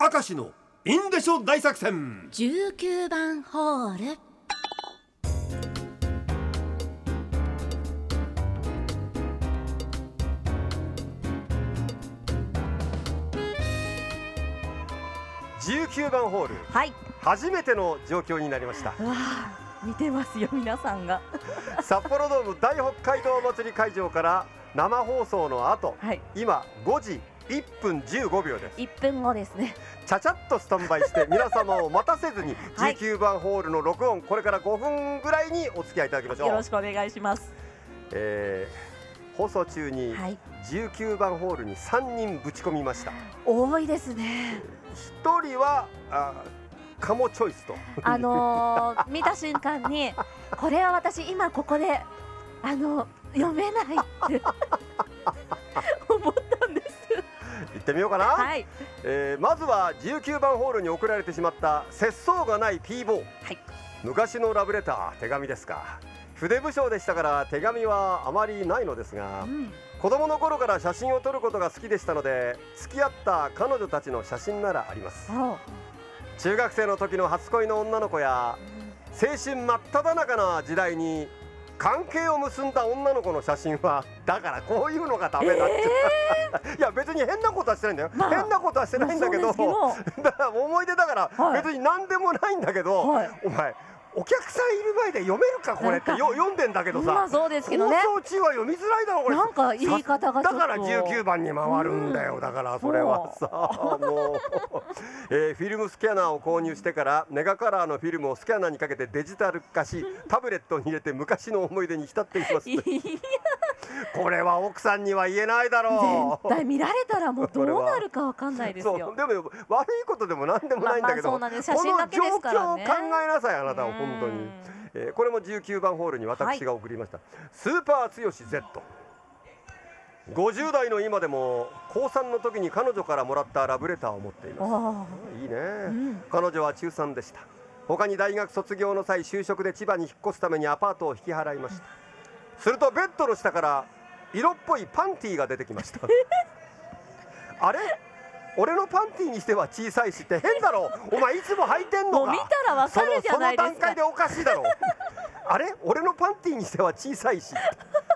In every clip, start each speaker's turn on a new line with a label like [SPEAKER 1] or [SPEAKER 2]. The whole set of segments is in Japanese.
[SPEAKER 1] 明石のインデショ大作戦
[SPEAKER 2] 19番ホール
[SPEAKER 1] 19番ホール
[SPEAKER 3] はい、
[SPEAKER 1] 初めての状況になりました
[SPEAKER 3] わあ、見てますよ、皆さんが。
[SPEAKER 1] 札幌ドーム大北海道祭り会場から生放送の後
[SPEAKER 3] はい、
[SPEAKER 1] 今5時1分15秒です
[SPEAKER 3] 一分後ですね。
[SPEAKER 1] ちゃちゃっとスタンバイして皆様を待たせずに
[SPEAKER 3] はい
[SPEAKER 1] 19番ホールの録音これから5分ぐらいにお付き合いいただきましょう
[SPEAKER 3] よろしくお願いします。
[SPEAKER 1] えー放送中に
[SPEAKER 3] はい、
[SPEAKER 1] 19番ホールに3人ぶち込みました
[SPEAKER 3] 多いですね。
[SPEAKER 1] 1人はあカモチョイスと
[SPEAKER 3] あの ー、見た瞬間に、これは私今ここで、あの、読めない って思ったんです。
[SPEAKER 1] 言ってみようかな、
[SPEAKER 3] はい、
[SPEAKER 1] えーまずは19番ホールに送られてしまった節操がない P ボー、
[SPEAKER 3] はい
[SPEAKER 1] 昔のラブレター手紙ですか筆武将でしたから手紙はあまりないのですが
[SPEAKER 3] うん、
[SPEAKER 1] 子供の頃から写真を撮ることが好きでしたので付き合った彼女たちの写真ならあります
[SPEAKER 3] そう、
[SPEAKER 1] 中学生の時の初恋の女の子や青春真っ只中な時代に関係を結んだ女の子の写真はだからこういうのがダメだって、 いや別に変なことはしてないんだよ、
[SPEAKER 3] まあ
[SPEAKER 1] 変なことはしてないんだけ
[SPEAKER 3] ま
[SPEAKER 1] ど,、
[SPEAKER 3] あそうで す
[SPEAKER 1] だから思い出だか
[SPEAKER 3] は
[SPEAKER 1] ら
[SPEAKER 3] い
[SPEAKER 1] 別に何でもないんだけど、
[SPEAKER 3] はい
[SPEAKER 1] お前お客さんいる前で読めるかこれって
[SPEAKER 3] なんか
[SPEAKER 1] よ読んでんだけ
[SPEAKER 3] けど
[SPEAKER 1] ど
[SPEAKER 3] まあ
[SPEAKER 1] さ、
[SPEAKER 3] そうです
[SPEAKER 1] 放
[SPEAKER 3] けどね。
[SPEAKER 1] 送中は読みづらいだろこれ
[SPEAKER 3] なんか言い方がちょっ
[SPEAKER 1] だ
[SPEAKER 3] と。
[SPEAKER 1] から19番に回るんだよ、
[SPEAKER 3] うん
[SPEAKER 1] だからそれはさもう、 えーフィルムスキャナーを購入してからネガカラーのフィルムをスキャナーにかけてデジタル化しタブレットに入れて昔の思い出に浸っていきます
[SPEAKER 3] いや
[SPEAKER 1] これは奥さんには言えないだろ
[SPEAKER 3] 絶
[SPEAKER 1] う
[SPEAKER 3] 対見られたらもうどうなるかわかんないです
[SPEAKER 1] そう
[SPEAKER 3] よ。
[SPEAKER 1] でも悪いことでも何でもないんだけど、
[SPEAKER 3] まあまあそうなんです写真だけです
[SPEAKER 1] こ
[SPEAKER 3] か
[SPEAKER 1] の状況
[SPEAKER 3] ら
[SPEAKER 1] を考
[SPEAKER 3] ね
[SPEAKER 1] えなさいあなたは本当
[SPEAKER 3] う
[SPEAKER 1] に
[SPEAKER 3] ん、
[SPEAKER 1] えーこれも19番ホールに私が送りました、スーパーつよし Z 50代の今でも高3の時に彼女からもらったラブレターを持っています
[SPEAKER 3] あ
[SPEAKER 1] いいね、
[SPEAKER 3] あ、うん、
[SPEAKER 1] 彼女は中3でした他に大学卒業の際就職で千葉に引っ越すためにアパートを引き払いましたするとベッドの下から色っぽいパンティーが出てきま したあれ俺のパンティーにしては小さいしって変だろお前いつも履いてん
[SPEAKER 3] も
[SPEAKER 1] の
[SPEAKER 3] う
[SPEAKER 1] か
[SPEAKER 3] 見たらわ
[SPEAKER 1] そ
[SPEAKER 3] か
[SPEAKER 1] の
[SPEAKER 3] るじゃないですか。
[SPEAKER 1] その段階でおかしいだろうあれ俺のパンティーにしては小さいし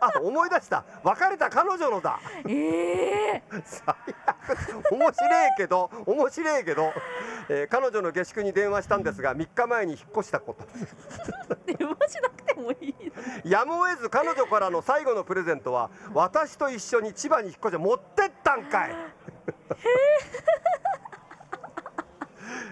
[SPEAKER 1] あ思い出した別れた彼女のだ
[SPEAKER 3] ええ
[SPEAKER 1] 最悪面白いけど面白いけど、えー彼女の下宿に電話したんですが3日前に引っ越したこと
[SPEAKER 3] 電話しなくてもいいの。
[SPEAKER 1] やむを得ず彼女からの最後のプレゼントは私と一緒に千葉に引っ越して持ってったんかい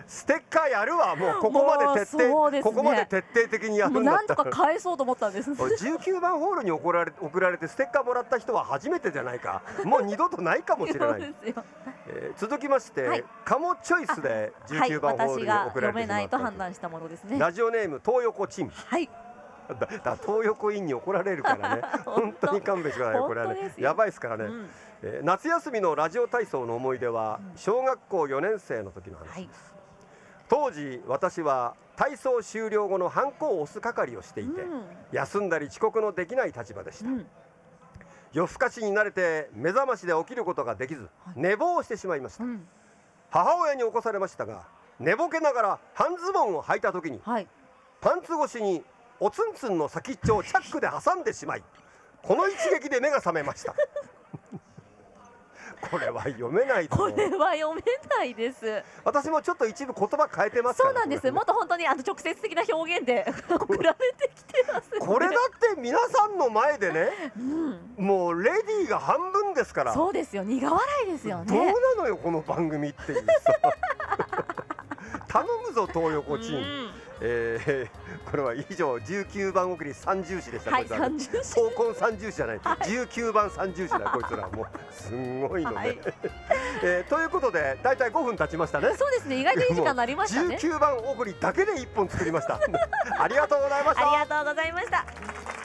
[SPEAKER 1] ステッカーやるわもうここまで徹
[SPEAKER 3] もうそ
[SPEAKER 1] 底、
[SPEAKER 3] うですね
[SPEAKER 1] ここまで徹底的にやる
[SPEAKER 3] もうん
[SPEAKER 1] だ
[SPEAKER 3] なん
[SPEAKER 1] っ
[SPEAKER 3] と
[SPEAKER 1] た
[SPEAKER 3] から返そうと思ったん です。
[SPEAKER 1] おい19番ホールに送られ送られてステッカーもらった人は初めてじゃないかもう二度とないかもしれない
[SPEAKER 3] ですよ。
[SPEAKER 1] えー続きまして、
[SPEAKER 3] はい
[SPEAKER 1] カモチョイスで
[SPEAKER 3] はい、
[SPEAKER 1] 19番ホール
[SPEAKER 3] 私
[SPEAKER 1] に
[SPEAKER 3] が
[SPEAKER 1] 送ら
[SPEAKER 3] 読
[SPEAKER 1] れて
[SPEAKER 3] め
[SPEAKER 1] しま
[SPEAKER 3] な
[SPEAKER 1] っ
[SPEAKER 3] い
[SPEAKER 1] た
[SPEAKER 3] と
[SPEAKER 1] と
[SPEAKER 3] 判断したものですね。
[SPEAKER 1] ラジオネーム東横チン
[SPEAKER 3] はい、
[SPEAKER 1] だだから東横院に怒られるから ね本当に勘弁してくださいよこれは
[SPEAKER 3] 本当
[SPEAKER 1] ね
[SPEAKER 3] ですよ
[SPEAKER 1] やばいですからね、
[SPEAKER 3] うん
[SPEAKER 1] えー夏休みのラジオ体操の思い出は小学校4年生の時の話です、
[SPEAKER 3] はい
[SPEAKER 1] 当時私は体操終了後のハンコを押す係をしていて、
[SPEAKER 3] うん
[SPEAKER 1] 休んだり遅刻のできない立場でした、
[SPEAKER 3] うん
[SPEAKER 1] 夜更かしに慣れて目覚ましで起きることができず寝坊してしまいました、
[SPEAKER 3] うん、
[SPEAKER 1] 母親に起こされましたが寝ぼけながら半ズボンを履いた時に
[SPEAKER 3] はい、
[SPEAKER 1] パンツ越しにおつんつんの先っちょをチャックで挟んでしまいこの一撃で目が覚めましたこれは読めないと
[SPEAKER 3] こ
[SPEAKER 1] 思う
[SPEAKER 3] れは読めないです。
[SPEAKER 1] 私もちょっと一部言葉変えてますか
[SPEAKER 3] そ
[SPEAKER 1] ら
[SPEAKER 3] うなんです。
[SPEAKER 1] こ
[SPEAKER 3] もっと本当にあの直接的な表現で送られてきてます、ね。
[SPEAKER 1] れこれだって皆さんの前でね
[SPEAKER 3] うん、
[SPEAKER 1] もうレディーが半分ですから
[SPEAKER 3] そうですよ。苦笑いですよ
[SPEAKER 1] どう
[SPEAKER 3] ね。
[SPEAKER 1] なのよこの番組っていうさ頼むぞ東横チン
[SPEAKER 3] うん
[SPEAKER 1] えー これは以上19番送り三重詩でした、
[SPEAKER 3] は
[SPEAKER 1] こ
[SPEAKER 3] い、
[SPEAKER 1] いつは
[SPEAKER 3] 三十
[SPEAKER 1] 闘魂三重詩じゃない、19番三重詩だこいつらもうすんごいのね、
[SPEAKER 3] はい
[SPEAKER 1] えーということで大体5分経ちましたね
[SPEAKER 3] そうですね。意外といい時間になりましたね。
[SPEAKER 1] 19番送りだけで1本作りました ありがとうございました
[SPEAKER 3] ありがとうございました。